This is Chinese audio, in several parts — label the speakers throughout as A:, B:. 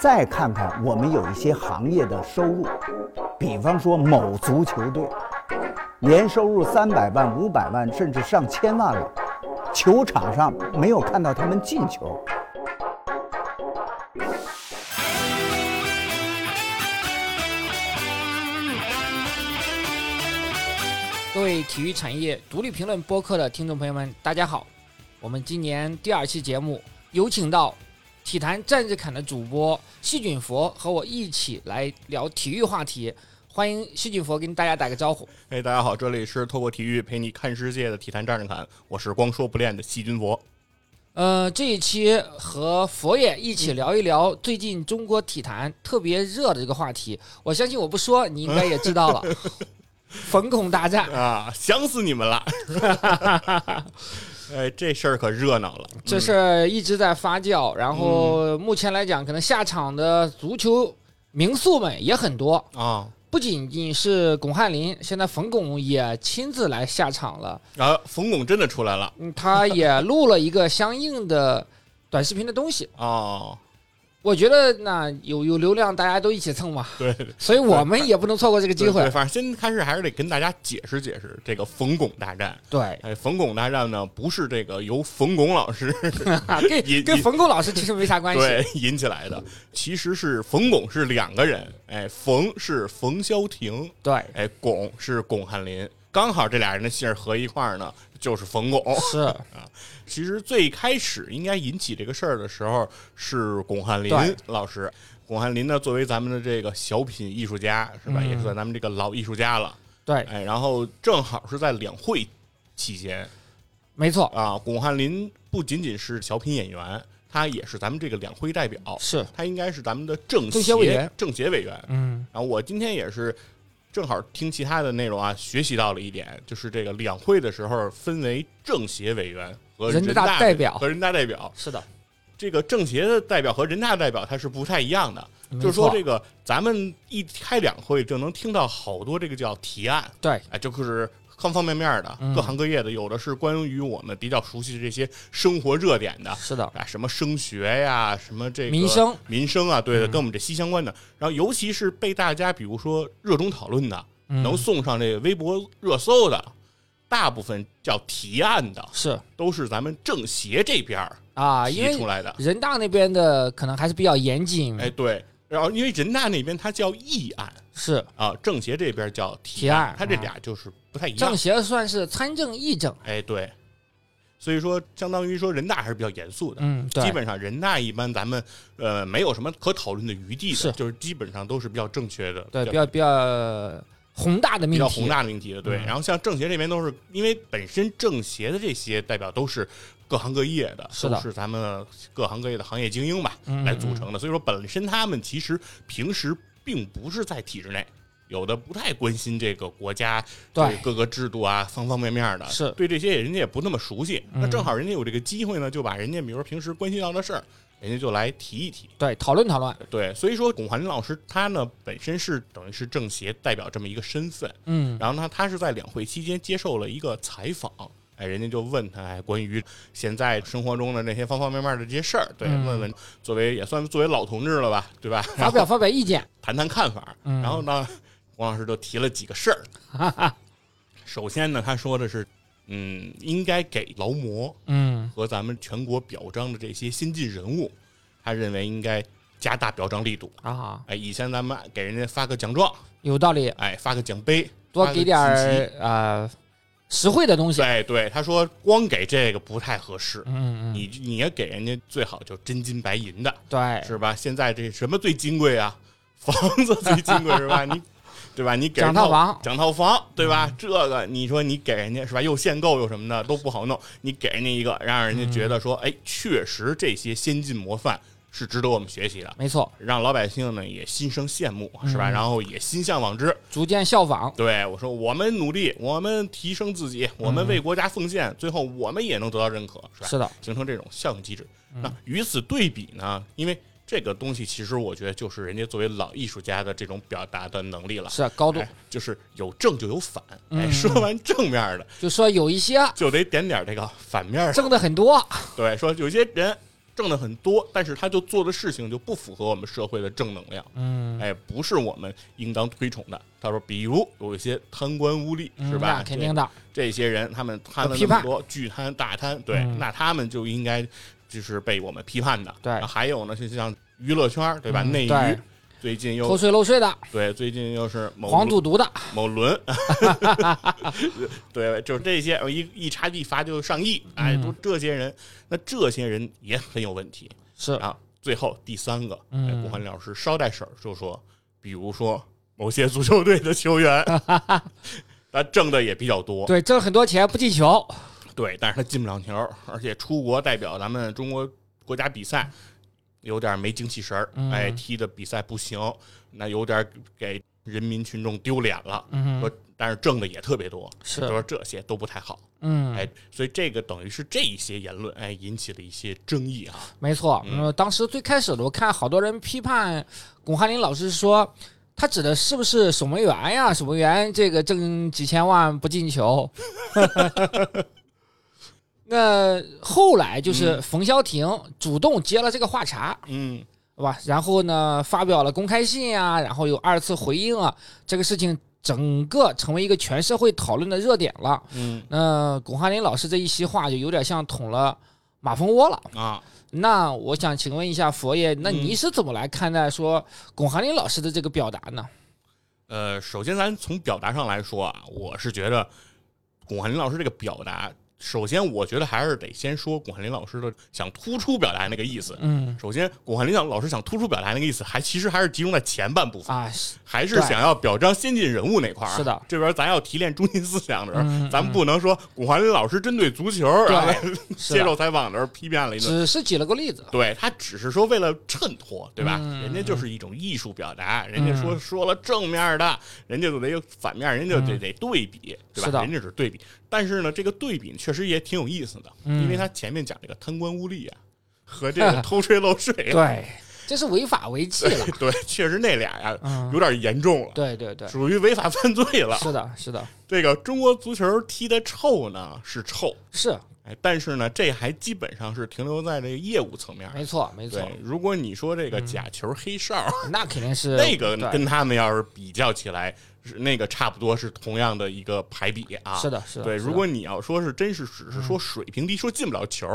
A: 再看看我们有一些行业的收入，比方说某足球队，年收入三百万、五百万，甚至上千万了，球场上没有看到他们进球。
B: 各位体育产业独立评论播客的听众朋友们，大家好！我们今年第二期节目有请到体坛战士侃的主播细菌佛和我一起来聊体育话题，欢迎细菌佛跟大家打个招呼。
C: 哎，大家好，这里是透过体育陪你看世界的体坛战士侃，我是光说不练的细菌佛。
B: 呃，这一期和佛爷一起聊一聊最近中国体坛特别热的这个话题，我相信我不说你应该也知道了， 冯巩大战。
C: 啊，想死你们了！ 哎，这事儿可热闹了。
B: 这事儿一直在发酵，然后
C: 嗯
B: 目前来讲，可能下场的足球名宿们也很多，
C: 啊
B: 不仅仅是巩汉林，现在冯巩也亲自来下场了，
C: 啊，冯巩真的出来了
B: 嗯， 他也录了一个相应的短视频的东西。
C: 哦，
B: 我觉得那有有流量，大家都一起蹭嘛，
C: 对，对
B: 所以我们也不能错过这个机
C: 对
B: 会。
C: 反正先开始还是得跟大家解释解释这个冯巩大战。
B: 对，
C: 哎，冯巩大战呢，不是这个由冯巩老师
B: 啊
C: 也
B: 跟跟
C: 也
B: 冯巩老师其实没啥关系。
C: 对引起来的，其实是冯巩是两个人。哎，冯是冯潇霆，
B: 对，
C: 哎，巩是巩汉林，刚好这俩人的姓儿合一块儿呢，就是冯巩。啊
B: 是
C: 其实最开始应该引起这个事儿的时候是巩汉林
B: 对
C: 老师。巩汉林呢，作为咱们的这个小品艺术家是吧，也
B: 嗯
C: 是算咱们这个老艺术家了。
B: 对，
C: 哎，然后正好是在两会期间
B: 没错，
C: 啊，巩汉林不仅仅是小品演员，他也是咱们这个两会代表，
B: 是
C: 他应该是咱们的政
B: 政协委员
C: 政协委员。
B: 嗯，
C: 然后我今天也是正好听其他的内容啊，学习到了一点，就是这个两会的时候分为政协委员和
B: 人
C: 大
B: 大代表
C: 和人大代表。
B: 是的，
C: 这个政协的代表和人大代表它是不太一样的，
B: 没
C: 就是说
B: 错
C: 这个咱们一开两会就能听到好多这个叫提案，
B: 对
C: 哎，就是方方面面的，
B: 嗯
C: 各行各业的，有的是关于我们比较熟悉的这些生活热点的，
B: 是的，
C: 啊，什么升学呀、什么这个
B: 民生嗯
C: 民生啊，对的，跟我们这息息相关的。然后，尤其是被大家比如说热衷讨论的，
B: 嗯
C: 能送上这个微博热搜的，大部分叫提案的，
B: 是
C: 都是咱们政协这边儿
B: 啊，因
C: 提出
B: 为嗯
C: 来的。
B: 人大那边的可能还是比较严谨，
C: 哎，对。然后，因为人大那边它叫议案
B: 是
C: 啊，政协这边叫提
B: 提案
C: 它这
B: 啊
C: 俩就是不太一样
B: 政。协算是参政议政，
C: 哎，对。所以说，相当于说人大还是比较严肃的，
B: 嗯，对，
C: 基本上人大一般咱们呃没有什么可讨论的余地的，
B: 是
C: 就是基本上都是比较正确的，
B: 对
C: 比
B: 比
C: 较
B: 较比较宏大的
C: 比
B: 命
C: 较
B: 题，
C: 宏大的命题的。对，
B: 嗯
C: 然后像政协这边都是因为本身政协的这些代表都是各行各业的，
B: 是的
C: 都是咱们各行各业的行业精英吧、
B: 嗯
C: 来组成的，所以说本身他们其实平时并不是在体制内。有的不太关心这个国家
B: 对
C: 各个制度啊，方方面面的，
B: 是嗯
C: 对这些人家也不那么熟悉。那正好人家有这个机会呢，就把人家比如说平时关心到的事儿，人家就来提一提。
B: 对，讨论讨论，
C: 对，所以说巩汉林老师他呢本身是等于是政协代表这么一个身份，
B: 嗯，
C: 然后呢他是在两会期间接受了一个采访，哎，人家就问他哎关于现在生活中的那些方方面面的这些事儿，对，
B: 嗯
C: 问问作为也算作为老同志了吧，对吧？
B: 发 表嗯发表意见，
C: 谈谈看法。
B: 嗯
C: 然后呢，王老师就提了几个事儿。
B: 哈 哈，
C: 首先呢，他说的是，嗯，应该给劳模
B: 嗯，
C: 和咱们全国表彰的这些先进人物，他认为应该加大表彰力度。
B: 啊，
C: 哎，以前咱们给人家发个奖状，
B: 有道理，
C: 哎，发个奖杯，
B: 多
C: 发个
B: 给点
C: 锦旗
B: 儿呃实惠的东西，
C: 对对，他说光给这个不太合适，
B: 嗯嗯，
C: 你你也给人家最好就真金白银的，
B: 对，
C: 是吧？现在这什么最金贵啊？ 房子最金贵是吧？你对吧？你给人
B: 讲套房嗯
C: 讲套房对吧？这个你说你给人家是吧？又限购又什么的都不好弄，你给人家一个，让
B: 嗯
C: 人家觉得说，哎，确实这些先进模范是值得我们学习的。
B: 没错，
C: 让老百姓呢也心生羡慕，是
B: 嗯
C: 吧？然后也心向往之，
B: 逐渐效仿，
C: 对我说：“我们努力，我们提升自
B: 嗯
C: 己，我们为国家奉献，最后我们也能得到认可，是吧？”
B: 是的，
C: 形成这种效应机制。那与此对比呢？因为这个东西其实我觉得就是人家作为老艺术家的这种表达的能力了。
B: 是高度
C: 哎，就是有正就有反，哎，
B: 嗯
C: 说完正面的
B: 就说有一些
C: 就得点点这个反面的。
B: 挣的很多，
C: 对，说有些人挣的很多，但是他就做的事情就不符合我们社会的正能量，
B: 嗯，
C: 哎，不是我们应当推崇的。他说，比如有一些贪官污吏，
B: 嗯
C: 是吧？
B: 那肯定的，
C: 这，这些人他们贪了
B: 批
C: 那么
B: 判
C: 多，巨贪大贪，对，
B: 嗯
C: 那他们就应该就是被我们批判的。
B: 对
C: 啊还有呢，就像娱乐圈，对吧？
B: 嗯
C: 内娱
B: 对
C: 最近
B: 偷
C: 又
B: 税漏税的，
C: 对，最近又是某
B: 黄赌毒的，
C: 某轮， 对，就是这些，呃一一查一罚就上亿，哎，
B: 嗯
C: 都这些人，那这些人也很有问题
B: 是，
C: 啊。最后第三个，哎，
B: 嗯
C: 郭环老师捎带手就说，比如说某些足球队的球 员，他挣的也比较多，
B: 对，挣很多钱不进球，
C: 对，但是他进不了球，而且出国代表咱们中国国家比赛，有点没精气神儿，
B: 嗯
C: 哎，踢的比赛不行，那有点给人民群众丢脸了。
B: 嗯
C: 说，但是挣的也特别多，
B: 是
C: 就说这些都不太好，
B: 嗯，
C: 哎，所以这个等于是这一些言论，哎，引起了一些争议啊，
B: 没错。
C: 嗯
B: 嗯，当时最开始的我看好多人批判巩汉林老师说。他指的是不是守门员呀？守门员这个挣几千万不进 球。那后来就是冯潇霆主动接了这个话茬，
C: 嗯
B: 对吧？然后呢，发表了公开信啊，然后有二次回应啊，这个事情整个成为一个全社会讨论的热点了。
C: 嗯
B: 那巩汉林老师这一席话就有点像捅了马蜂窝了。
C: 啊，
B: 那我想请问一下佛爷，那
C: 嗯
B: 你是怎么来看待说巩汉林老师的这个表达呢？
C: 呃，首先咱从表达上来说啊，我是觉得巩汉林老师这个表达，首先我觉得还是得先说巩汉林老师的想突出表达那个意思。
B: 嗯，
C: 首先，巩汉林老师想突出表达那个意思，还其实还是集中在前半部分，
B: 啊，是
C: 还是
B: 对
C: 想要表彰先进人物那块儿。啊
B: 是的
C: 这边咱要提炼中心思想的时候，
B: 嗯
C: 咱们不能说巩汉林老师针对足球，
B: 对
C: 然后
B: 是
C: 接
B: 的
C: 受采访的时候批判了一顿。
B: 只是举了个例子。
C: 对他只是说为了衬托，对吧？
B: 嗯
C: 人家就是一种艺术表达，人家说说了正面的，人家就得有反面，人家就得、得对比，对
B: 嗯是
C: 吧？
B: 的
C: 人家只对比，但是呢，这个对比确实也挺有意思的，
B: 嗯
C: 因为他前面讲这个贪官污吏啊，和这 个偷税漏税、啊，
B: 对，这是违法违纪了。
C: 对，确实那俩呀、
B: 嗯
C: 有点严重了，
B: 对对对，
C: 属于违法犯罪了。
B: 是的，是的，
C: 这个中国足球踢的臭呢是臭，
B: 是
C: 哎，但是呢，这还基本上是停留在这个业务层面。
B: 没错没错，
C: 对，如果你说这个假球黑哨，
B: 那肯定是
C: 那个
B: 对
C: 跟他们要是比较起来，是那个差不多是同样的一个排比啊。
B: 是的，是的。
C: 对，
B: 是
C: 如
B: 的
C: 果你要说是真是只是说水平低，说进不了球，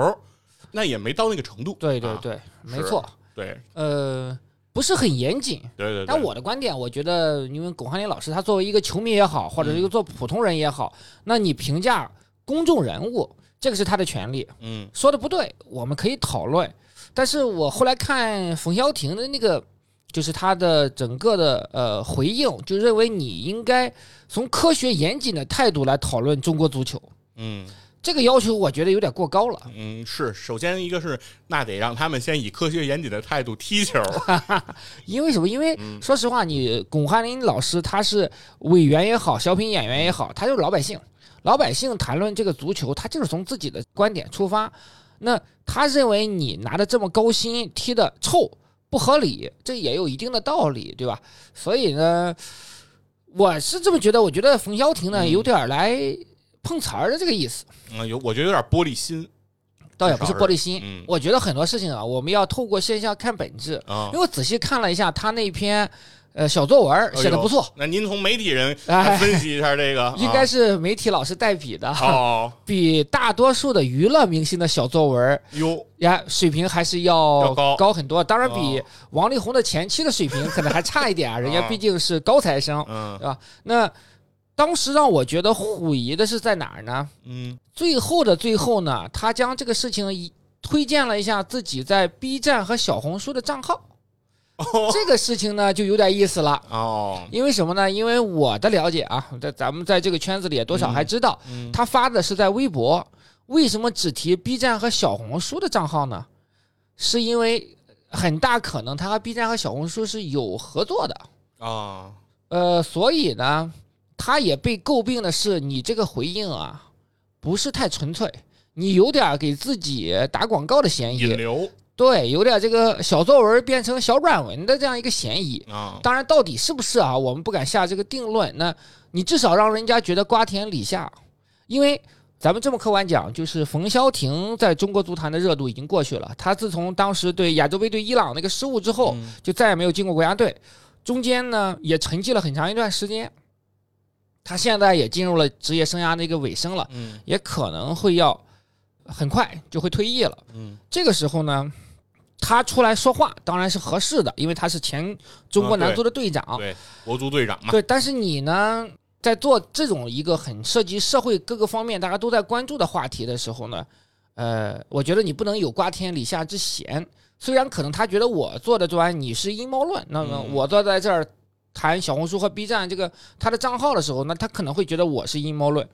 C: 那也没到那个程度。
B: 对对
C: 啊
B: 对，没
C: 是
B: 错，
C: 对
B: 呃，不是很严谨。
C: 对对对。
B: 但我的观点，我觉得，因为巩汉林老师他作为一个球迷也好，或者
C: 嗯
B: 是一个做普通人也好，那你评价公众人物，这个是他的权利。
C: 嗯
B: 说的不对，我们可以讨论。但是我后来看冯潇霆的那个，就是他的整个的呃回应，就认为你应该从科学严谨的态度来讨论中国足球，
C: 嗯
B: 这个要求我觉得有点过高了。
C: 嗯，是。首先一个是那得让他们先以科学严谨的态度踢球。
B: 因为什么？因为
C: 嗯
B: 说实话，你巩汉林老师他是委员也好，小品演员也好，他就是老百姓。老百姓谈论这个足球，他就是从自己的观点出发。那他认为你拿的这么高薪，踢的臭不合理，这也有一定的道理，对吧？所以呢，我是这么觉得。我觉得冯潇霆呢，
C: 嗯
B: 有点儿来碰瓷儿的这个意思，
C: 嗯，有我觉得有点玻璃心。
B: 倒也不是玻璃心。
C: 嗯
B: 我觉得很多事情啊，我们要透过现象看本质。
C: 啊
B: 因为，我仔细看了一下他那篇呃小作文儿，写的不错，
C: 哎那您从媒体人
B: 哎
C: 分析一下这个，
B: 应该
C: 是
B: 是媒体老师代笔的，
C: 哦
B: 比大多数的娱乐明星的小作文儿
C: 哟，
B: 呀水平还是
C: 要
B: 要
C: 高
B: 高很多。当然，比
C: 哦
B: 王力宏的前妻的水平可能还差一点 啊，人家
C: 啊
B: 毕竟是高材生。
C: 嗯
B: 那当时让我觉得狐疑的是在哪儿呢？
C: 嗯
B: 最后的最后呢，他将这个事情一推荐了一下自己在 B 站和小红书的账号，
C: 哦
B: 这个事情呢就有点意思了。
C: 哦
B: 因为什么呢？因为我的了解啊，在咱们在这个圈子里也多少还知道，
C: 嗯
B: 他发的是在微博，为什么只提 B 站和小红书的账号呢？是因为很大可能他和 B 站和小红书是有合作的，
C: 啊
B: 呃，所以呢，他也被诟病的是你这个回应啊，不是太纯粹，你有点给自己打广告的嫌
C: 引
B: 疑，
C: 流
B: 对，有点这个小作文变成小软文的这样一个嫌疑。
C: 啊
B: 当然，到底是不是啊，我们不敢下这个定论。那你至少让人家觉得瓜田李下，因为咱们这么客观讲，就是冯潇霆在中国足坛的热度已经过去了。他自从当时对亚洲杯对伊朗那个失误之后，
C: 嗯
B: 就再也没有进过国家队。中间呢，也沉寂了很长一段时间。他现在也进入了职业生涯的一个尾声了，
C: 嗯
B: 也可能会要很快就会退役了。
C: 嗯，
B: 这个时候呢，他出来说话当然是合适的，因为他是前中国
C: 啊
B: 男
C: 对
B: 足的队长。
C: 对，国足队长嘛，
B: 对，但是你呢，在做这种一个很涉及社会各个方面大家都在关注的话题的时候呢，呃，我觉得你不能有瓜天李下之嫌。虽然可能他觉得我做的专，你是阴谋论，那么
C: 嗯
B: 我坐在这儿谈小红书和 B 站这个他的账号的时候，那他可能会觉得我是阴谋论。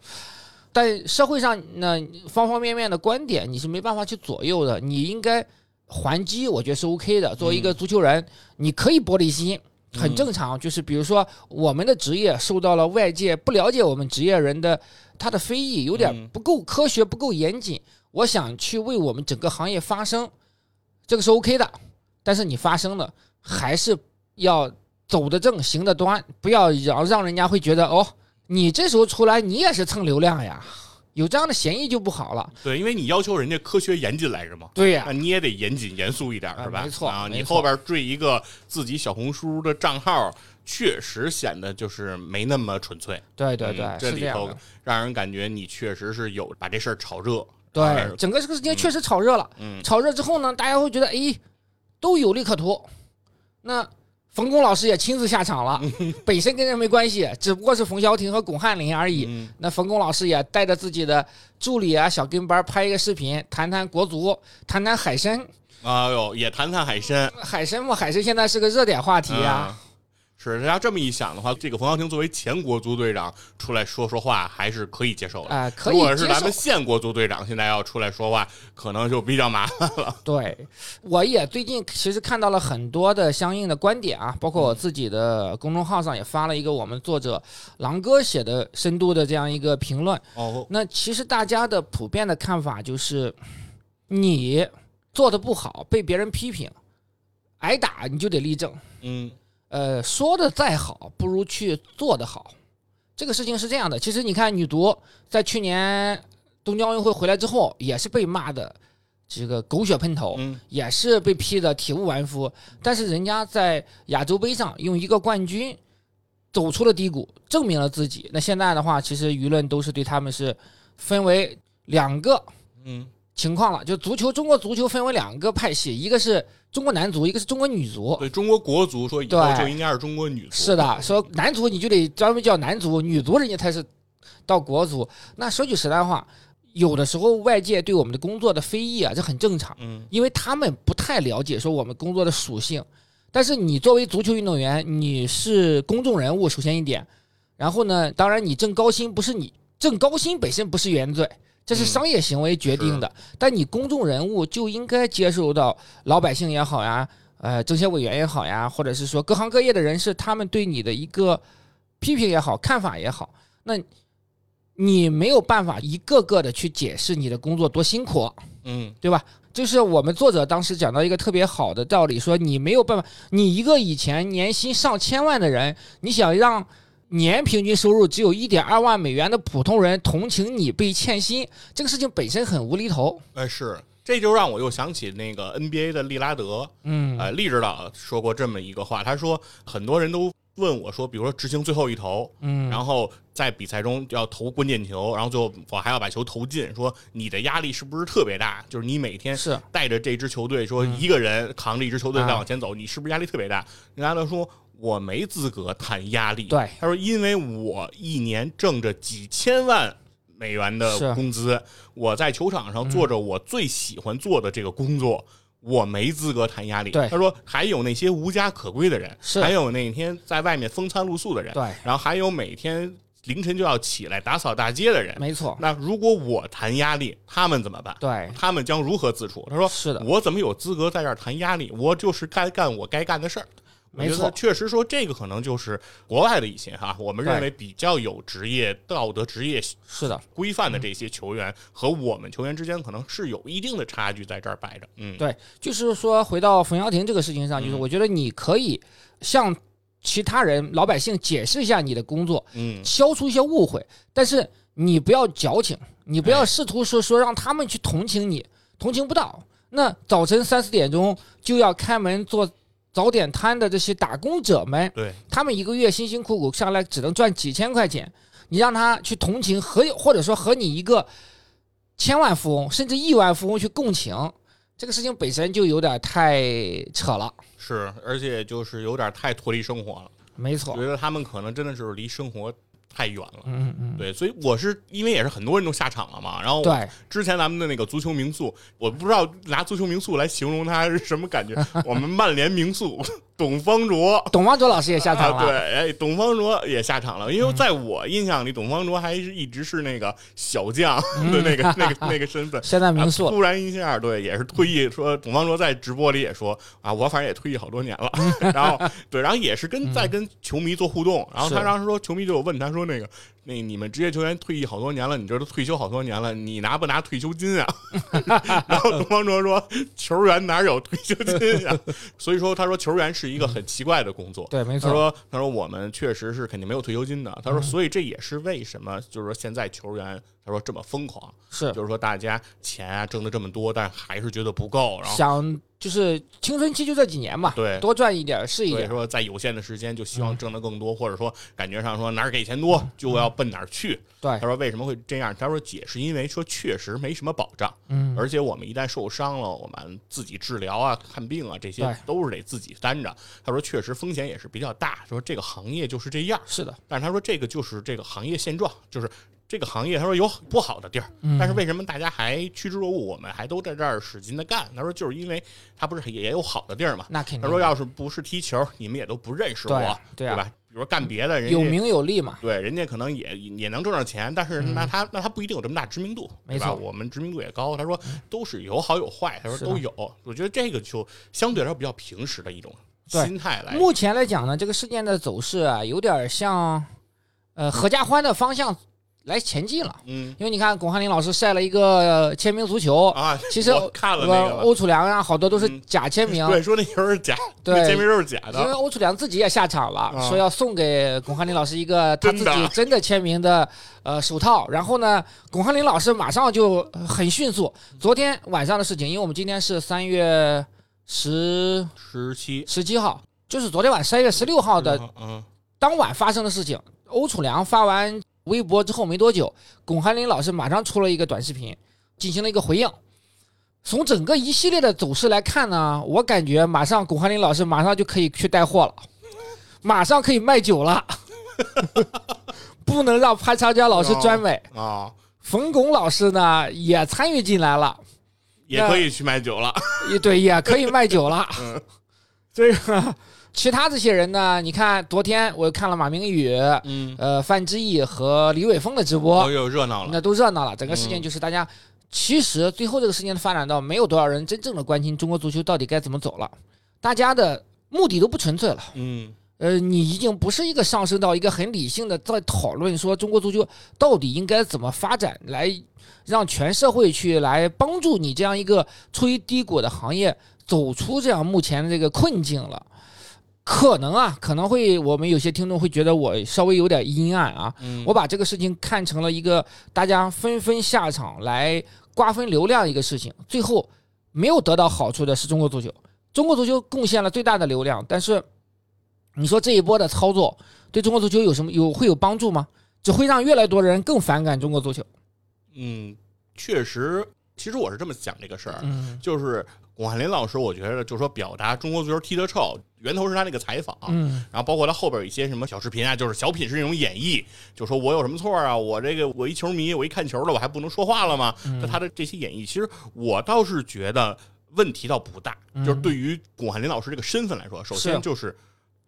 B: 但社会上呢，方方面面的观点你是没办法去左右的，你应该还击，我觉得是 OK 的。作为一
C: 嗯
B: 个足球人，你可以玻璃心，很正常。就是比如说，我们的职业受到了外界不了解我们职业人的他的非议，有点
C: 嗯
B: 不够科学、不够严谨。我想去为我们整个行业发声，这个是 OK 的。但是你发声的还是要走得正、行得端，不要让让人家会觉得哦，你这时候出来你也是蹭流量呀，有这样的嫌疑就不好了。
C: 对，因为你要求人家科学严谨来着嘛。
B: 对呀、
C: 那你也得严谨严肃一点，
B: 啊
C: 是吧？
B: 没错
C: 啊，
B: 没
C: 你
B: 错
C: 后边追一个自己小红书的账号，确实显得就是没那么纯粹。
B: 对对对，
C: 嗯这
B: 是这
C: 里
B: 样
C: 头
B: 的。
C: 让人感觉你确实是有把这事儿炒热。
B: 对
C: 哎，
B: 整个这个事情确实炒热了。
C: 嗯
B: 炒热之后呢，大家会觉得，哎，都有利可图。那冯巩老师也亲自下场 了，本身跟这没关系，只不过是冯潇霆和巩汉林而已。
C: 嗯
B: 那冯巩老师也带着自己的助理啊、小跟班儿拍一个视频，谈谈国足，谈谈海参。
C: 啊哟，也谈谈海参
B: 海参嘛，海参现在是个热点话题啊。
C: 啊。是，大家这么一想的话，这个冯潇霆作为前国足队长出来说说话，还是可以接受的。
B: 啊、可以
C: 如果是
B: 接
C: 咱
B: 受
C: 们。现国足队长现在要出来说话，可能就比较麻烦。
B: 对，我也最近其实看到了很多的相应的观点啊，包括我自己的公众号上也发了一个我们作者狼哥写的深度的这样一个评论。
C: 哦，
B: 那其实大家的普遍的看法就是，你做的不好，被别人批评，挨打你就得立正。
C: 嗯
B: 呃，说的再好，不如去做的好。这个事情是这样的，其实你看女足在去年东京奥运会回来之后，也是被骂的这个狗血喷头，
C: 嗯
B: 也是被批的体无完肤。但是人家在亚洲杯上用一个冠军走出了低谷，证明了自己。那现在的话，其实舆论都是对他们是分为两个
C: 嗯
B: 情况了，就足球中国足球分为两个派系，一个是中国男足，一个是中国女足。
C: 对中国国足说以后
B: 对
C: 就应该是中国女足。
B: 是的，说男足你就得专门叫男足，女足人家才是到国足。那说句实在话，有的时候外界对我们的工作的非议啊，这很正常，
C: 嗯
B: 因为他们不太了解说我们工作的属性。但是你作为足球运动员，你是公众人物，首先一点，然后呢，当然你挣高薪不是你挣高薪本身不是原罪，这是
C: 嗯
B: 商业行为决定的。但你公众人物就应该接受到老百姓也好呀，呃，政协委员也好呀，或者是说各行各业的人士，他们对你的一个批评也好，看法也好，那你没有办法一个个的去解释你的工作多辛苦，
C: 嗯
B: 对吧？就是我们作者当时讲到一个特别好的道理，说你没有办法，你一个以前年薪上千万的人，你想让年平均收入只有一点二万美元的普通人同情你被欠薪，这个事情本身很无厘头。
C: 哎是，这就让我又想起那个 NBA 的利拉德，
B: 嗯，
C: 呃，利指导说过这么一个话，他说很多人都问我说，比如说执行最后一投，
B: 嗯
C: 然后在比赛中要投关键球，然后最后我还要把球投进，说你的压力是不是特别大？就是你每天
B: 是嗯
C: 带着这支球队，说一个人扛着一支球队
B: 啊
C: 再往前走，你是不是压力特别大？人家都说。我没资格谈压力。
B: 对
C: 他说，因为我一年挣着几千万美元
B: 是嗯
C: 的工资，我在球场上做着我最喜欢做的这个工作，我没资格谈压力。
B: 对
C: 他说还有那些无家可归的人，
B: 是
C: 还有那天在外面风餐露宿的人，
B: 对，
C: 然后还有每天凌晨就要起来打扫大街的人。
B: 没错，
C: 那如果我谈压力，他们怎么办？
B: 对，
C: 他们将如何自处？他说：“
B: 是的
C: 我怎么有资格在这儿谈压力？我就是该干我该干的事儿。”我
B: 没
C: 觉得
B: 错
C: 确实说这个可能就是国外的一些哈，我们
B: 对
C: 认为比较有职业道德、职业
B: 是的，
C: 规范的
B: 嗯
C: 这些球员和我们球员之间可能是有一定的差距在这儿摆着。嗯，
B: 对，就是说回到冯潇霆这个事情上，就是
C: 嗯
B: 我觉得你可以向其他人、老百姓解释一下你的工作，
C: 嗯
B: 消除一些误会，但是你不要矫情，你
C: 哎
B: 不要试图说说让他们去同情你，同情不到。那早晨三四点钟就要开门做早点摊的这些打工者们，
C: 对，
B: 他们一个月辛辛苦苦上来只能赚几千块钱，你让他去同情和或者说和你一个千万富翁甚至亿万富翁去共情，这个事情本身就有点太扯了。
C: 是，而且就是有点太脱离生活了，
B: 没错
C: 觉，得他们可能真的是离生活太远了。
B: 嗯嗯，
C: 对，所以我是因为也是很多人都下场了嘛，然后
B: 对，
C: 之前咱们的那个足球名宿，我不知道拿足球名宿来形容他是什 么感觉。我们曼联名宿董方卓。
B: 董方卓老师也 下场
C: 啊，对，
B: 了，嗯
C: 哎，董方卓也下场了，因为在我印象里，董方卓还是一直是那个小将
B: 嗯
C: 的 那个、那个、那个身份。
B: 现在
C: 啊
B: 民宿
C: 突然一下，对，也是退役。说董方卓在直播里也说啊，我反正也退役好多年了。 然后对，然后也是跟在跟球迷做互动。然后他
B: 是
C: 当时说，球迷就有问他说，那个那你们职业球员退役好多年了，你这都退休好多年了，你拿不拿退休金啊？ 然后董方卓说，球员哪有退休金啊？ 所以说，他说球员是一个很奇怪的工作。
B: 对，没
C: 他
B: 错，
C: 说：“他说我们确实是肯定没有退休金的。他说，所以这也是为什么，就是说现在球员他说这么疯狂，
B: 是
C: 就是说大家钱啊挣的这么多，但还是觉得不够，然后
B: 想就是青春期就这几年嘛，
C: 对
B: 多赚一点儿是一
C: 所以
B: 点儿，嗯
C: 说在有限的时间就希望挣得更多，或者说感觉上说哪儿给钱多就要奔哪儿去。
B: 对
C: 他，说为什么会这样？他说解是因为说确实没什么保障，
B: 嗯，
C: 而且我们一旦受伤了，我们自己治疗啊、看病啊这些
B: 对
C: 都是得自己担着。他说确实风险也是比较大，说这个行业就是这样。
B: 是的，
C: 但是他说这个就是这个行业现状，就是这个行业，他说有不好的地儿，
B: 嗯
C: 但是为什么大家还趋之若鹜，我们还都在这儿使劲的干？他说就是因为他不是也有好的地儿嘛。
B: 那肯定
C: 他说要是不是踢球，你们也都不认
B: 嗯
C: 识
B: 对
C: 我，
B: 对
C: 对
B: 啊
C: 吧？比如说干别的，人家
B: 有名有利嘛，
C: 对，人家可能也也能挣着钱，但是那他、那他不一定有这么大知名度，
B: 嗯没
C: 对吧？
B: 错嗯
C: 我们知名度也高。他说都是有好有坏，他说
B: 是的
C: 都有。我觉得这个就相对来说比较平时的一种
B: 对
C: 心态来。
B: 目前来讲呢，这个事件的走势啊，有点像，呃，合家欢的方向来前进了。
C: 嗯
B: 因为你看，巩汉林老师晒了一个签名足球，
C: 啊，
B: 其实
C: 我看了那
B: 呃
C: 个了
B: 欧楚良啊，好多都是
C: 嗯
B: 假签名。
C: 对，说那球是假，
B: 对
C: 那签名都是假
B: 因为
C: 的。
B: 欧楚良自己也下场了，
C: 啊
B: 说要送给巩汉林老师一个他自
C: 真的啊
B: 己真的签名的呃手套。然后呢，巩汉林老师马上就呃很迅速，昨天晚上的事情，因为我们今天是三月十
C: 十七
B: 十七号，就是昨天晚三月十六号的
C: 嗯，
B: 当晚发生的事情，欧楚良发完微博之后没多久，巩汉林老师马上出了一个短视频，进行了一个回应。从整个一系列的走势来看呢，我感觉马上巩汉林老师马上就可以去带货了，马上可以卖酒了， 不能让潘长江老师专美。
C: 嗯啊，
B: 冯巩老师呢也参与进来了，
C: 也可以去买酒了。
B: 也对，也可以卖酒了。 这个其他这些人呢，你看昨天我看了马明宇，
C: 嗯，
B: 呃，范志毅和李伟峰的直播
C: 哦，，又热闹了。
B: 那都热闹了。整个事件
C: 嗯
B: 就是大家，其实最后这个事件的发展到没有多少人真正的关心中国足球到底该怎么走了，大家的目的都不纯粹了。
C: 嗯，
B: 呃，你已经不是一个上升到一个很理性的在讨论说中国足球到底应该怎么发展，来让全社会去来帮助你这样一个处于低谷的行业走出这样目前的这个困境了。可能啊，可能会我们有些听众会觉得我稍微有点阴暗啊，
C: 嗯
B: 我把这个事情看成了一个大家纷纷下场来瓜分流量一个事情，最后没有得到好处的是中国足球。中国足球贡献了最大的流量，但是你说这一波的操作对中国足球有什么有会有帮助吗？只会让越来越多的人更反感中国足球。
C: 嗯，确实，其实我是这么想这个事儿，
B: 嗯
C: 就是巩汉林老师，我觉得就是说表达中国足球踢得臭，源头是他那个采访。
B: 嗯，
C: 然后包括他后边有一些什么小视频啊，就是小品是那种演绎，就说我有什么错啊？我这个我一球迷，我一看球的，我还不能说话了吗？
B: 嗯
C: 那、他的这些演绎，其实我倒是觉得问题倒不大，就是对于巩汉林老师这个身份来说，
B: 嗯
C: 首
B: 是
C: 先就是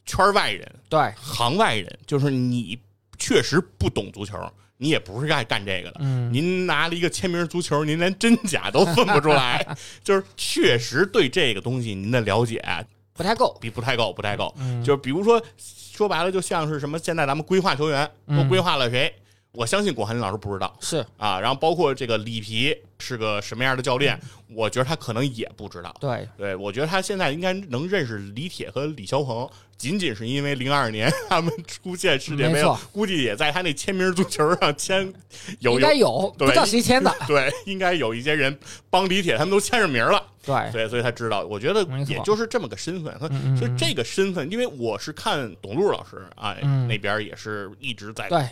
C: 圈外人、
B: 对，
C: 行外人，就是你确实不懂足球，你也不是爱干这个的。
B: 嗯
C: 您拿了一个签名足球，您连真假都分不 出来，就是确实对这个东西您的了解啊
B: 不太够。
C: 比不太够，不太够。
B: 嗯
C: 就是比如说，说白了，就像是什么，现在咱们规划球员，
B: 嗯
C: 都规划了谁？我相信巩汉林老师不知道
B: 是
C: 啊。然后包括这个里皮是个什么样的教练，
B: 嗯
C: 我觉得他可能也不知道。
B: 对，
C: 对，我觉得他现在应该能认识李铁和李霄鹏，仅仅是因为零二年他们出现世界
B: 没
C: 杯
B: 错，
C: 估计也在他那签名足球上签有
B: 应该
C: 有
B: 有，不
C: 对
B: 知道谁 签的。
C: 对，应该有一些人帮李铁他们都签上名了。
B: 对，
C: 对，所以他知道。我觉得
B: 哎没错
C: 也就是这么个身份，所以
B: 嗯嗯
C: 所以
B: 嗯
C: 这个身份，因为我是看董路老师哎、
B: 嗯
C: 那边也是一直在
B: 对，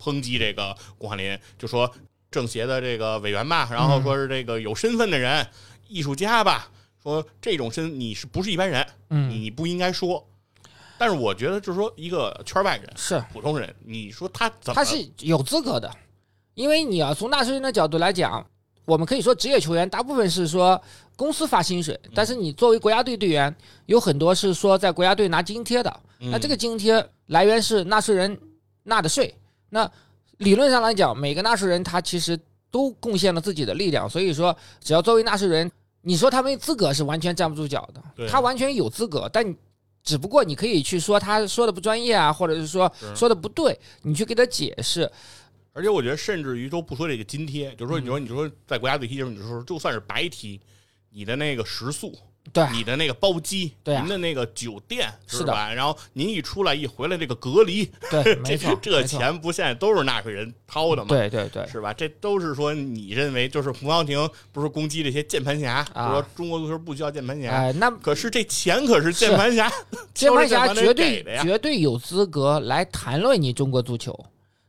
C: 抨击这个巩汉林，就说政协的这个委员吧，然
B: 嗯
C: 后说是这个有身份的人、艺术家吧，说这种身你是不是一般人，
B: 嗯，
C: 你不应该说。但是我觉得，就是说一个圈外人、
B: 是，
C: 普通人，你说他怎么
B: 他是有资格的，因为你要从纳税人的角度来讲，我们可以说职业球员大部分是说公司发薪水，但是
C: 嗯
B: 你作为国家队队员，有很多是说在国家队拿津贴的，
C: 嗯
B: 那啊这个津贴来源是纳税人纳的税。那理论上来讲，每个纳税人他其实都贡献了自己的力量，所以说只要作为纳税人，你说他没资格是完全站不住脚
C: 对
B: 的，他完全有资格，但你只不过你可以去说他说的不专业啊，或者是说
C: 是
B: 说的不对，你去给他解释。
C: 而且我觉得，甚至于都不说这个津贴，就
B: 嗯
C: 是说，你说，你说在国家队踢球，你说就算是白踢，你的那个食宿，
B: 对
C: 你的那个包机，
B: 哎对啊
C: 您的那个酒店，
B: 是的
C: 吧？然后您一出来一回来，这个隔离，
B: 对，没
C: 这
B: 错，
C: 这
B: 没错，
C: 钱不现在都是纳税人掏的吗？
B: 对对对，
C: 是吧？这都是说你认为就是胡耀廷不是攻击这些键盘侠，就
B: 啊
C: 说中国足球不需要键盘侠，
B: 哎，那
C: 可是这钱可是键盘 侠，
B: 键盘侠
C: 都是
B: 绝
C: 给
B: 对
C: 的呀
B: 绝对有资格来谈论你中国足球，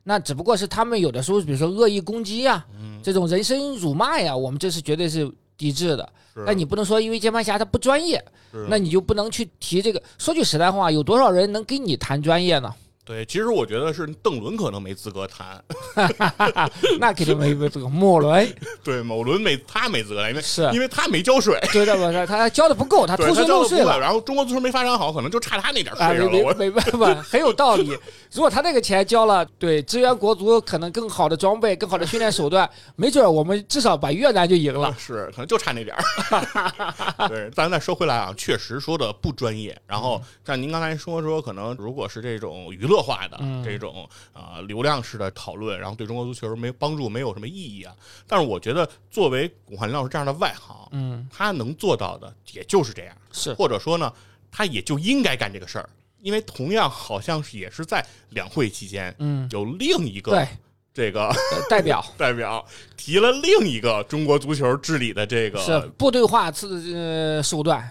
B: 那只不过是他们有的时候，比如说恶意攻击呀、
C: 嗯
B: 这种人身辱骂呀，我们这是绝对是抵制的。
C: 是
B: 但你不能说因为键盘侠他不专业
C: 是，
B: 那你就不能去提这个。说句实在话，有多少人能跟你谈专业呢？
C: 对，其实我觉得是邓伦可能没资格谈，
B: 那肯定没有这个莫伦，
C: 对，某伦没他没资格谈，因为
B: 是
C: 因为他没交税。
B: 对的，我说他教的不够，他
C: 对
B: 偷税
C: 他交
B: 漏
C: 的不
B: 税
C: 够
B: 了。
C: 然后中国足球没发展好，可能就差他那点 税
B: 啊，
C: 了。
B: 没没
C: 我
B: 没办法，很有道理。如果他那个钱交了，对支援国足可能更好的装备、更好的训练手段，没准儿我们至少把越南就赢 了。
C: 是，可能就差那点儿。 对，咱再说回来啊，确实说的不专业。然
B: 嗯
C: 后像您刚才说说，可能如果是这种娱乐化的、
B: 嗯
C: 这种啊、呃流量式的讨论，然后对中国足球没帮助，没有什么意义啊。但是我觉得，作为巩汉林老师这样的外行，
B: 嗯，
C: 他能做到的也就是这样，
B: 是
C: 或者说呢，他也就应该干这个事儿。因为同样好像是也是在两会期间，
B: 嗯，
C: 有另一个
B: 对，
C: 这个
B: 呃代表
C: 代表提了另一个中国足球治理的这个
B: 是部队化次呃手段，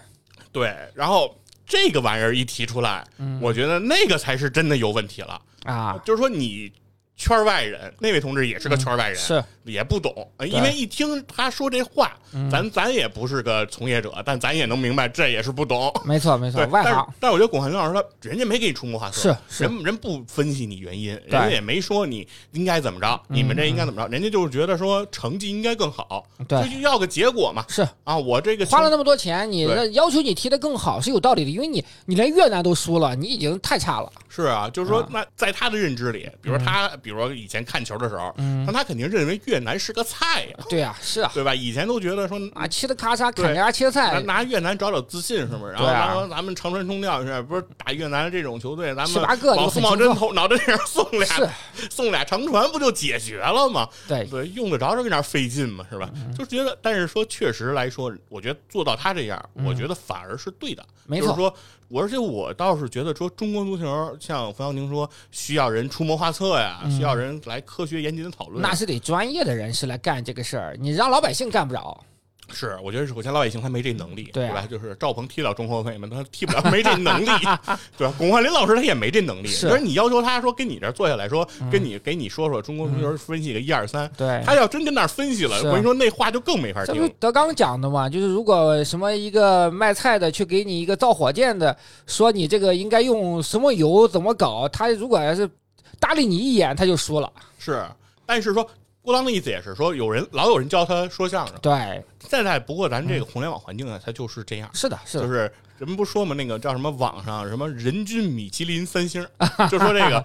C: 对，然后这个玩意儿一提出来，
B: 嗯
C: 我觉得那个才是真的有问题了。
B: 啊，
C: 就是说你圈外人，那位同志也是个圈外人，
B: 是
C: 也不懂，呃因为一听他说这话，
B: 嗯
C: 咱咱也不是个从业者，但咱也能明白这也是不懂。
B: 没错没错
C: 对，，
B: 外
C: 但是
B: 行
C: 但我觉得巩汉林老师他人家没给你出谋划策，
B: 是是
C: 人人不分析你原因，人
B: 对嗯
C: 家也没说你应该怎么着，你们这应该怎么着，人家就是觉得说成绩应该更好，
B: 对
C: 这就要个结果嘛。
B: 是。
C: 啊，我这个
B: 花了
C: 成
B: 那么多钱，你
C: 对
B: 那要求你踢得更好是有道理的，因为你你连越南都输了，你已经太差了。
C: 是啊，就是说
B: 啊，嗯
C: 那在他的认知里，比如说他，比如说以前看球的时候，那他肯定认为越南是个菜 呀，
B: 对啊，是啊，
C: 对吧？以前都觉得说
B: 啊，切的咔嚓，
C: 对
B: 砍牙切
C: 拿
B: 菜，
C: 拿越南找找自信，是不是？然后
B: 对啊
C: 然后咱们长传冲吊一下，不是打越南这种球队，咱
B: 十八
C: 们
B: 个
C: 往
B: 就很
C: 宋茂
B: 轻
C: 珍
B: 松
C: 头脑袋上送俩
B: 是
C: 送俩长传，不就解决了吗？
B: 对，
C: 对，用得着这个那儿费劲嘛，是吧？
B: 嗯
C: 就觉得，但是说确实来说，我觉得做到他这样，我觉得反而是对的。
B: 嗯没
C: 就是
B: 错
C: 说，我而且我倒是觉得说，中国足球像冯潇霆说，需要人出谋划策呀，需要人来科学严谨的讨
B: 嗯
C: 论。
B: 那是得专业的人士来干这个事儿，你让老百姓干不着。
C: 是，我觉得首先老百姓他没这能力，
B: 对啊
C: 吧？就是赵鹏踢得了中后卫嘛，他踢不了，没这 能力，对吧？巩汉林老师他也没这能力。
B: 是嗯
C: 就是你要求他说跟你这儿坐下来说，跟你给你说说中国足球分析个一二三，
B: 对
C: 他要真跟那儿分析了，
B: 是
C: 我跟你说那话就更没法
B: 这
C: 听
B: 不是
C: 了。
B: 德刚讲的嘛？就是如果什么一个卖菜的去给你一个造火箭的，说你这个应该用什么油怎么搞，他如果要是搭理你一眼，他就输了。
C: 是，但是说郭当的意思也是说，有人老有人教他说相声，
B: 对，
C: 现在不过咱这个互联网环境啊，它就是这样，
B: 是的，嗯是
C: 就
B: 的，
C: 是人们不说嘛，那个叫什么网上什么人均米其林三星儿，就说这 个。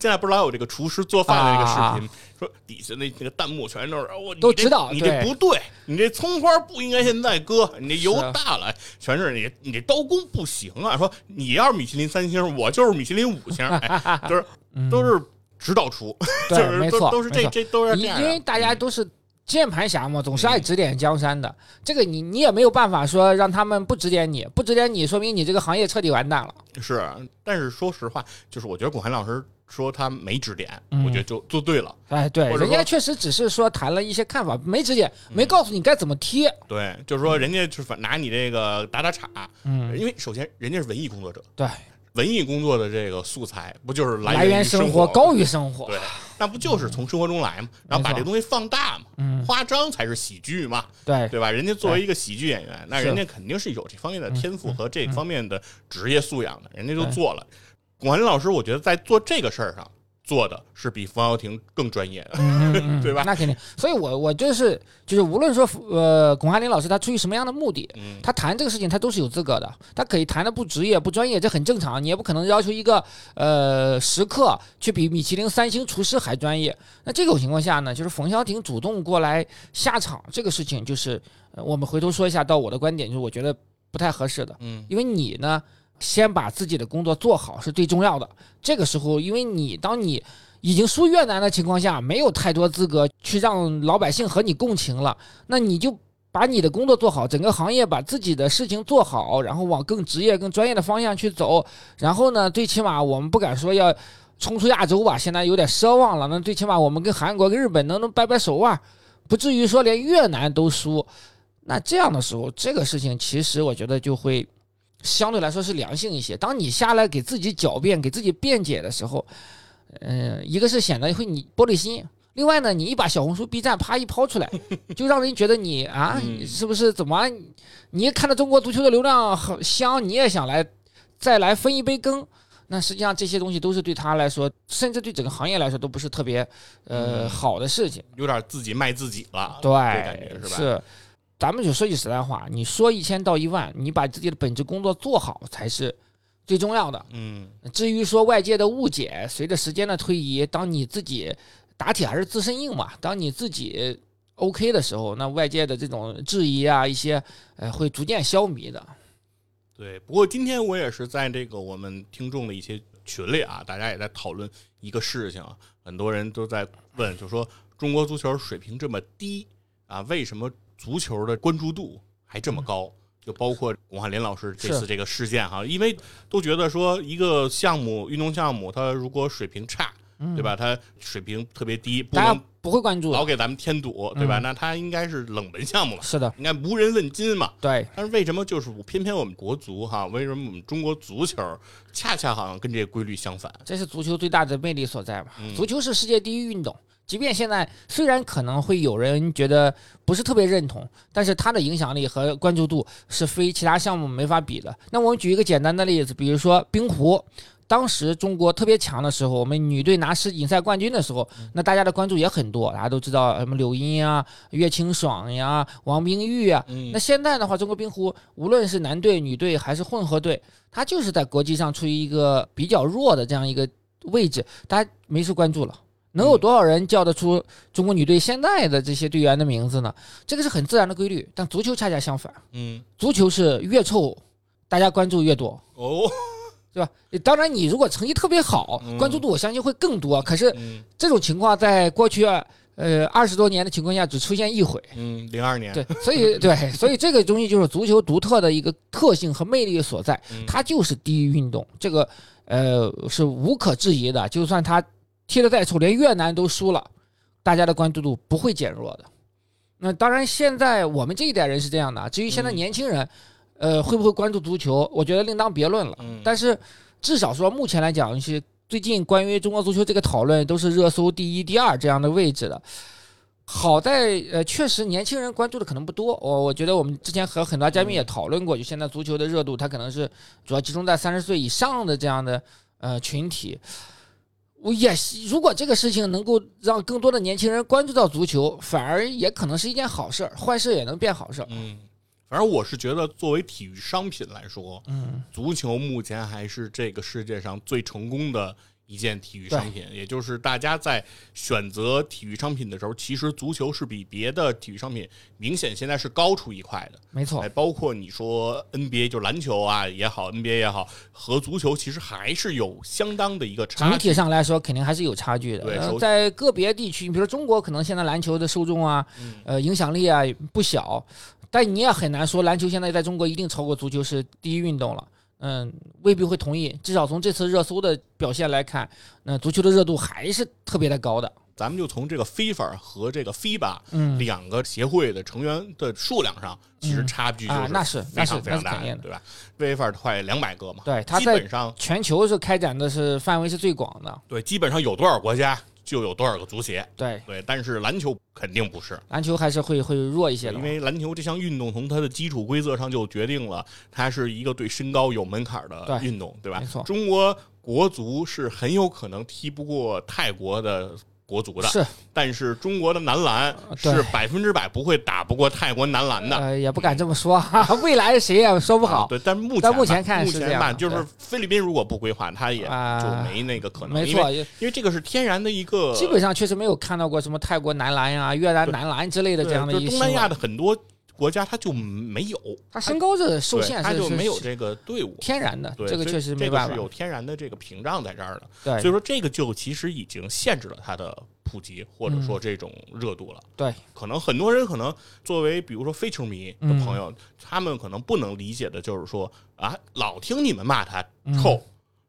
C: 现在不是老有这个厨师做饭的那个视频，说底下那那个弹幕全都是，哦我、
B: 啊
C: 你
B: 都
C: 这
B: 知道
C: 你
B: 对
C: 这不对，你这葱花不应该现在搁，你这油
B: 是啊
C: 大了，全是你你这刀工 不
B: 嗯
C: 行啊！说你要是米其林三星，我就是米其林五星，哎、就是都是指导出， 就
B: 对，
C: 是
B: 没
C: 都
B: 错，
C: 都是
B: 没
C: 这
B: 错
C: 这都是这
B: 因
C: 样
B: 因为
C: 的。
B: 大家都是键盘侠嘛，总是
C: 嗯
B: 爱指点江山的。这个你你也没有办法说让他们不指点你，不指点你，说明你这个行业彻底完蛋了。
C: 是，但是说实话，就是我觉得巩汉老师说他没指点，
B: 嗯
C: 我觉得就做对了。
B: 哎，对，
C: 或者
B: 人家
C: 说嗯
B: 确实只是说谈了一些看法，没指点，没告诉你该怎么贴。
C: 对，就是说人家就是反拿你这个打打岔，
B: 嗯，
C: 因为首先人家是文艺工作者，
B: 对，
C: 文艺工作的这个素材不就是
B: 来
C: 源于
B: 源
C: 生
B: 生活高于生活。
C: 对，那不就是从生活中来嘛，然后
B: 没
C: 把
B: 错
C: 这东西放大嘛，
B: 嗯，
C: 夸张才是喜剧嘛，
B: 对，
C: 对吧？人家作为一个喜剧演员，那
B: 哎是嗯
C: 人家肯定是有这方面的天赋和这方面的职业素养的，人家就做了。巩汉林老师，我觉得在做这个事儿上做的是比冯潇霆更专业的，
B: 嗯嗯嗯
C: 对吧
B: 那肯定。所以我我就是就是，无论说呃，巩汉林老师他出于什么样的目的，
C: 嗯，
B: 他谈这个事情，他都是有资格的，他可以谈的不职业、不专业，这很正常。你也不可能要求一个呃食客去比米其林三星厨师还专业。那这种情况下呢，就是冯潇霆主动过来下场，这个事情就是、呃我们回头说一下。到我的观点就是，我觉得不太合适的，
C: 嗯，
B: 因为你呢，先把自己的工作做好是最重要的。这个时候，因为你当你已经输越南的情况下，没有太多资格去让老百姓和你共情了，那你就把你的工作做好，整个行业把自己的事情做好，然后往更职业、更专业的方向去走。然后呢，最起码我们不敢说要冲出亚洲吧，现在有点奢望了。那最起码我们跟韩国、跟日本能能掰掰手腕，不至于说连越南都输。那这样的时候，这个事情其实我觉得就会相对来说是良性一些。当你下来给自己狡辩、给自己辩解的时候，嗯、一个是显得会你玻璃心，另外呢，你一把小红书、B 站啪一抛出 来，就让人觉得你啊，
C: 嗯
B: 你是不是怎么啊？你你也看到中国足球的流量很香，你也想来再来分一杯羹。那实际上这些东西都是对他来说，甚至对整个行业来说都不是特别呃
C: 嗯啊
B: 好的事情。
C: 有点自己卖自己了，
B: 对，
C: 这感觉是吧？
B: 咱们就说句实在话，你说一千道一万，你把自己的本职工作做好才是最重要的。
C: 嗯，
B: 至于说外界的误解，随着时间的推移，当你自己打铁还是自身硬嘛，当你自己 OK 的时候，那外界的这种质疑啊，一些呃会逐渐消弭的。
C: 对。不过今天我也是在这个我们听众的一些群里啊，大家也在讨论一个事情啊，很多人都在问，就说中国足球水平这么低啊，为什么足球的关注度还这么高？就包括巩汉林老师这
B: 嗯
C: 次
B: 是
C: 这个事件哈，因为都觉得说一个项目运动项目，它如果水平差，对吧？它水平特别低，不
B: 嗯大
C: 能
B: 家不会关注
C: 老
B: 的，
C: 给咱们添堵，对吧？
B: 嗯
C: 那它应该是冷门项目嘛，
B: 是的，
C: 应该无人问津嘛。
B: 对，
C: 但是为什么就是我偏偏我们国足哈？为什么我们中国足球恰恰好像跟这个规律相反？
B: 这是足球最大的魅力所在嘛。
C: 嗯
B: 足球是世界第一运动，即便现在虽然可能会有人觉得不是特别认同，但是它的影响力和关注度是非其他项目没法比的。那我们举一个简单的例子，比如说冰壶。当时中国特别强的时候，我们女队拿世锦赛冠军的时候，
C: 嗯
B: 那大家的关注也很多，大家都知道什么柳莺啊、岳清爽呀、王冰玉啊，
C: 嗯
B: 那现在的话，中国冰壶无论是男队、女队还是混合队，它就是在国际上处于一个比较弱的这样一个位置，大家没受关注了。能有多少人叫得出中国女队现在的这些队员的名字呢？这个是很自然的规律。但足球恰恰相反，
C: 嗯，
B: 足球是越臭，大家关注越多，
C: 哦，
B: 对吧？当然，你如果成绩特别好
C: 嗯，
B: 关注度我相信会更多。可是
C: 嗯
B: 这种情况在过去呃二十多年的情况下只出现一回。
C: 嗯，零二年，
B: 对，所以对，所以这个东西就是足球独特的一个特性和魅力所在，
C: 嗯
B: 它就是第一运动，这个呃是无可置疑的。就算它踢得再丑，连越南都输了，大家的关注度不会减弱的。那当然，现在我们这一代人是这样的啊，至于现在
C: 嗯
B: 年轻人，呃，会不会关注足球，我觉得另当别论了。
C: 嗯，
B: 但是至少说目前来讲，是最近关于中国足球这个讨论都是热搜第一、第二这样的位置的。好在呃，确实年轻人关注的可能不多。我我觉得我们之前和很多嘉宾也讨论
C: 嗯
B: 过，就现在足球的热度，它可能是主要集中在三十岁以上的这样的呃群体。我也希如果这个事情能够让更多的年轻人关注到足球，反而也可能是一件好事儿，坏事也能变好事儿。
C: 嗯，反正我是觉得作为体育商品来说，
B: 嗯，
C: 足球目前还是这个世界上最成功的一件体育商品，也就是大家在选择体育商品的时候，其实足球是比别的体育商品明显现在是高出一块的。
B: 没错
C: 哎，，包括你说 NBA 就篮球啊也好，NBA 也好，和足球其实还是有相当的一个差
B: 整
C: 距
B: 体。上来说肯定还是有差距的。
C: 对
B: 呃
C: 首
B: 在个别地区，你比如中国，可能现在篮球的受众啊，
C: 嗯
B: 呃，影响力啊不小，但你也很难说篮球现在在中国一定超过足球是第一运动了。嗯，未必会同意。至少从这次热搜的表现来看，那足球的热度还是特别的高的。
C: 咱们就从这个 FIFA 和这个 FIBA
B: 嗯
C: 两个协会的成员的数量上，其实差距就
B: 啊那是那
C: 非常
B: 是
C: 非常大
B: 那是肯定的
C: 对吧？FIFA 快两百个嘛，
B: 对它
C: 基
B: 在
C: 本上
B: 全球是开展的是范围是最广的。
C: 对，基本上有多少国家就有多少个足协，
B: 对，
C: 对，但是篮球肯定不是。
B: 篮球还是会会弱一些的
C: 因。为篮球这项运动从它的基础规则上就决定了，它是一个对身高有门槛的
B: 对
C: 运动，对吧？
B: 没错
C: 中国国足是很有可能踢不过泰国的国足的，
B: 是，呃
C: 但是中国的男篮
B: 对
C: 是百分之百不会打不过泰国男篮的。
B: 呃，也不敢这么说，哈哈未来谁也说不好。
C: 啊对，但目前
B: 但
C: 吧
B: 目
C: 目
B: 前看是这样
C: 吧
B: 的
C: 就是
B: 对
C: 菲律宾如果不规划，他也
B: 啊
C: 就没那个可能，
B: 没
C: 因为
B: 错，也
C: 因为这个是天然的一个
B: 基本上确实没有看到过什么泰国男篮呀、越南
C: 呃对
B: 男篮之类的
C: 对
B: 这样的
C: 就
B: 一个新
C: 东南亚
B: 闻。
C: 的很多国家它就没有，
B: 他身高是受
C: 对
B: 限
C: 它
B: 是
C: 就是没有这个队伍。
B: 天然的，
C: 对，
B: 这个
C: 所以
B: 确实没
C: 这个
B: 办法哎
C: 是。有天然的这个屏障在这儿的，所以
B: 对
C: 说这个就其实已经限制了它的普及或者说这种热度了。
B: 嗯对，
C: 可能很多人可能作为比如说非球迷的
B: 嗯
C: 朋友，他们可能不能理解的就是说啊，老听你们骂他
B: 嗯
C: 臭，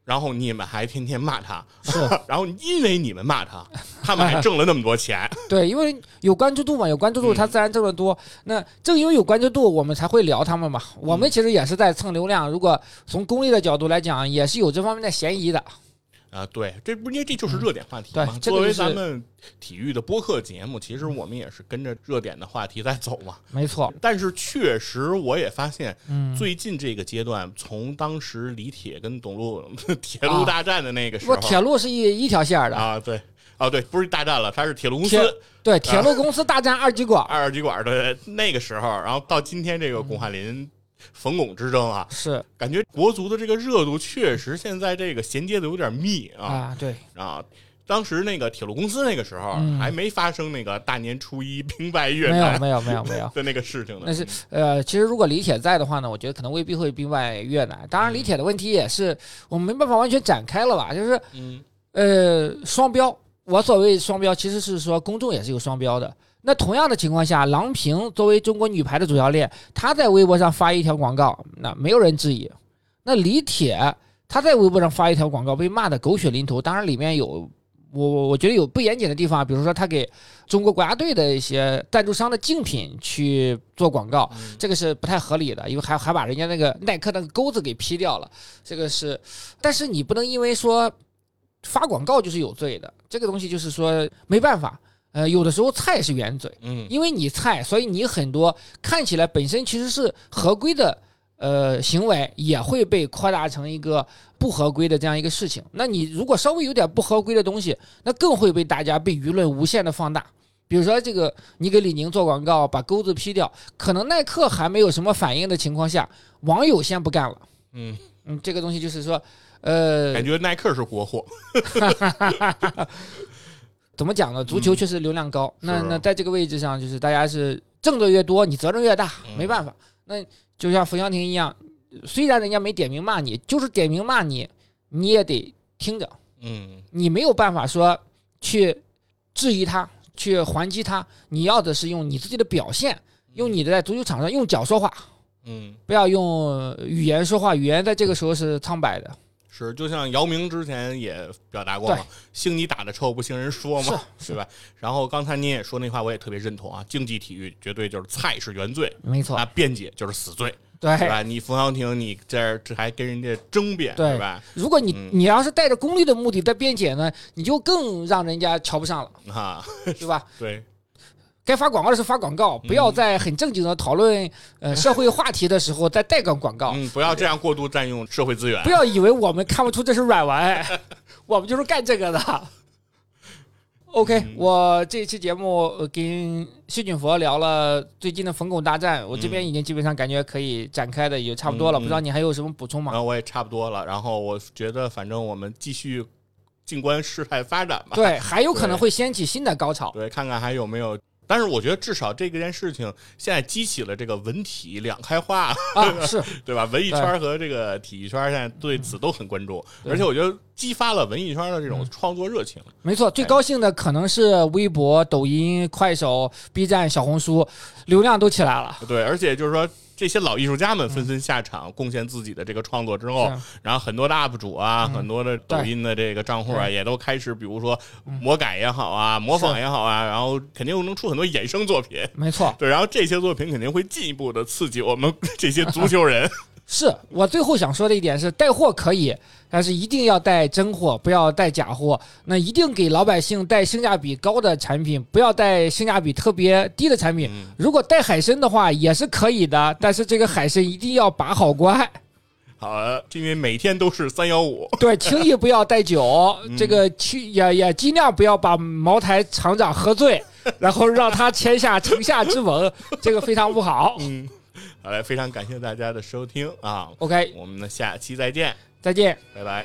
C: 然后你们还天天骂他，
B: 是
C: 然后因为你们骂他，他们还挣了那么多钱。
B: 对，因为有关注度嘛，有关注度，
C: 嗯
B: 他自然挣得多。那正因为有关注度，我们才会聊他们嘛。我
C: 嗯
B: 们其实也是在蹭流量，如果从功利的角度来讲，也是有这方面的嫌疑的。
C: 啊，对，这不因为这就是热点话题
B: 对
C: 嘛。
B: 这个
C: 作为
B: 就是
C: 咱们体育的播客节目，其实我们也是跟着热点的话题在走嘛。
B: 没错，
C: 但是确实，我也发现
B: 嗯，
C: 最近这个阶段，从当时李铁跟董路铁路大战的那个时
B: 不，
C: 候
B: 铁路是一一条线儿的。
C: 啊，对，哦对，不是大战了，它是铁路公
B: 铁
C: 司
B: 对，铁路公司大战二极管儿、
C: 二极管的那个时候，然后到今天这个巩汉林。冯巩之争啊，
B: 是
C: 感觉国足的这个热度确实现在这个衔接的有点密啊，
B: 啊，对，
C: 啊，当时那个铁路公司那个时候、
B: 嗯
C: 还没发生那个大年初一兵败越
B: 没有
C: 南
B: 没有没有没有，
C: 的那个事情呢。
B: 那是呃，其实如果李铁在的话呢，我觉得可能未必会兵败越南。当然，李铁的问题也是我们没办法完全展开了吧，就是
C: 嗯，
B: 呃双标。我所谓双标，其实是说公众也是有双标的。那同样的情况下，郎平作为中国女排的主教练，她在微博上发一条广告，那没有人质疑。那李铁他在微博上发一条广告，被骂的狗血淋头。当然里面有我我我觉得有不严谨的地方，比如说他给中国国家队的一些赞助商的竞品去做广告，这个是不太合理的，因为还还把人家那个耐克那个钩子给 P 掉了，这个是，但是你不能因为说发广告就是有罪的，这个东西就是说没办法，呃，有的时候菜是原罪，
C: 嗯，
B: 因为你菜，所以你很多看起来本身其实是合规的呃行为，也会被扩大成一个不合规的这样一个事情。那你如果稍微有点不合规的东西，那更会被大家被舆论无限的放大。比如说，这个你给李宁做广告，把钩子 P 掉，可能耐克还没有什么反应的情况下，网友先不干了。
C: 嗯
B: 嗯，这个东西就是说，呃，
C: 感觉耐克是国货。
B: 怎么讲呢？足球确实流量高，那
C: 嗯是啊
B: 那在这个位置上，就是大家是挣得越多，你责任越大，
C: 嗯
B: 没办法。那就像冯潇霆一样，虽然人家没点名骂你，就是点名骂你，你也得听着，
C: 嗯，
B: 你没有办法说去质疑他，去还击他。你要的是用你自己的表现，用你的在足球场上用脚说话，
C: 嗯
B: 不要用语言说话，语言在这个时候是苍白的。
C: 是，就像姚明之前也表达过嘛，兴你打的臭，不兴人说嘛，
B: 是
C: 对吧？然后刚才你也说那话，我也特别认同啊，竞技体育绝对就是菜是原罪，
B: 没错
C: 啊，，辩解就是啊死罪，
B: 对
C: 对吧？你冯潇霆，你这儿这还跟人家争辩，
B: 对
C: 对吧？
B: 如果你
C: 嗯
B: 你要是带着功利的目的在辩解呢，你就更让人家瞧不上 了，
C: 啊，
B: 对吧？
C: 对，
B: 该发广告的时候发广告，
C: 嗯
B: 不要在很正经的讨论呃社会话题的时候再带个广告。
C: 嗯，不要这样过度占用社会资源
B: 不。要以为我们看不出这是软文， 我们就是干这个的。OK，、我
C: 嗯
B: 这一期节目呃跟谢俊佛聊了最近的冯巩大战，我这边已经基本上感觉可以展开的也差不多了，
C: 嗯嗯嗯
B: 不知道你还有什么补充吗
C: 然？后我也差不多了，然后我觉得反正我们继续静观事态发展吧。
B: 对，还有可能会掀起新的高潮。
C: 对，看看还有没有。但是我觉得至少这件事情现在激起了这个文体两开花，
B: 啊，是
C: 对吧？文艺圈和这个体育圈现在对此都很关注，
B: 嗯对嗯
C: 而且我觉得激发了文艺圈的这种创作热情。
B: 没错，最高兴的可能是微博、抖音、快手、B 站、小红书，流量都起来了。
C: 对，而且就是说，这些老艺术家们
B: 嗯
C: 纷纷下场，贡献自己的这个创作之后，
B: 啊
C: 然后很多的 UP 主啊，很多的抖音的这个账户啊，
B: 嗯对嗯
C: 也都开始，比如说魔改也好啊，模仿也好啊，然后肯定能出很多衍生作品。
B: 没错，
C: 对，然后这些作品肯定会进一步的刺激我们 这些足球人。
B: 是我最后想说的一点是，带货可以，但是一定要带真货，不要带假货。那一定给老百姓带性价比高的产品，不要带性价比特别低的产品。
C: 嗯
B: 如果带海参的话也是可以的，但是这个海参一定要把好关。
C: 好了，因为每天都是三幺五，
B: 对，轻易不要带酒，这个去也也尽量不要把茅台厂长喝醉，然后让他签下城下之盟，这个非常不好。
C: 嗯，好嘞，非常感谢大家的收听啊，
B: OK，
C: 我们呢下期再见，
B: 再见。
C: 拜拜。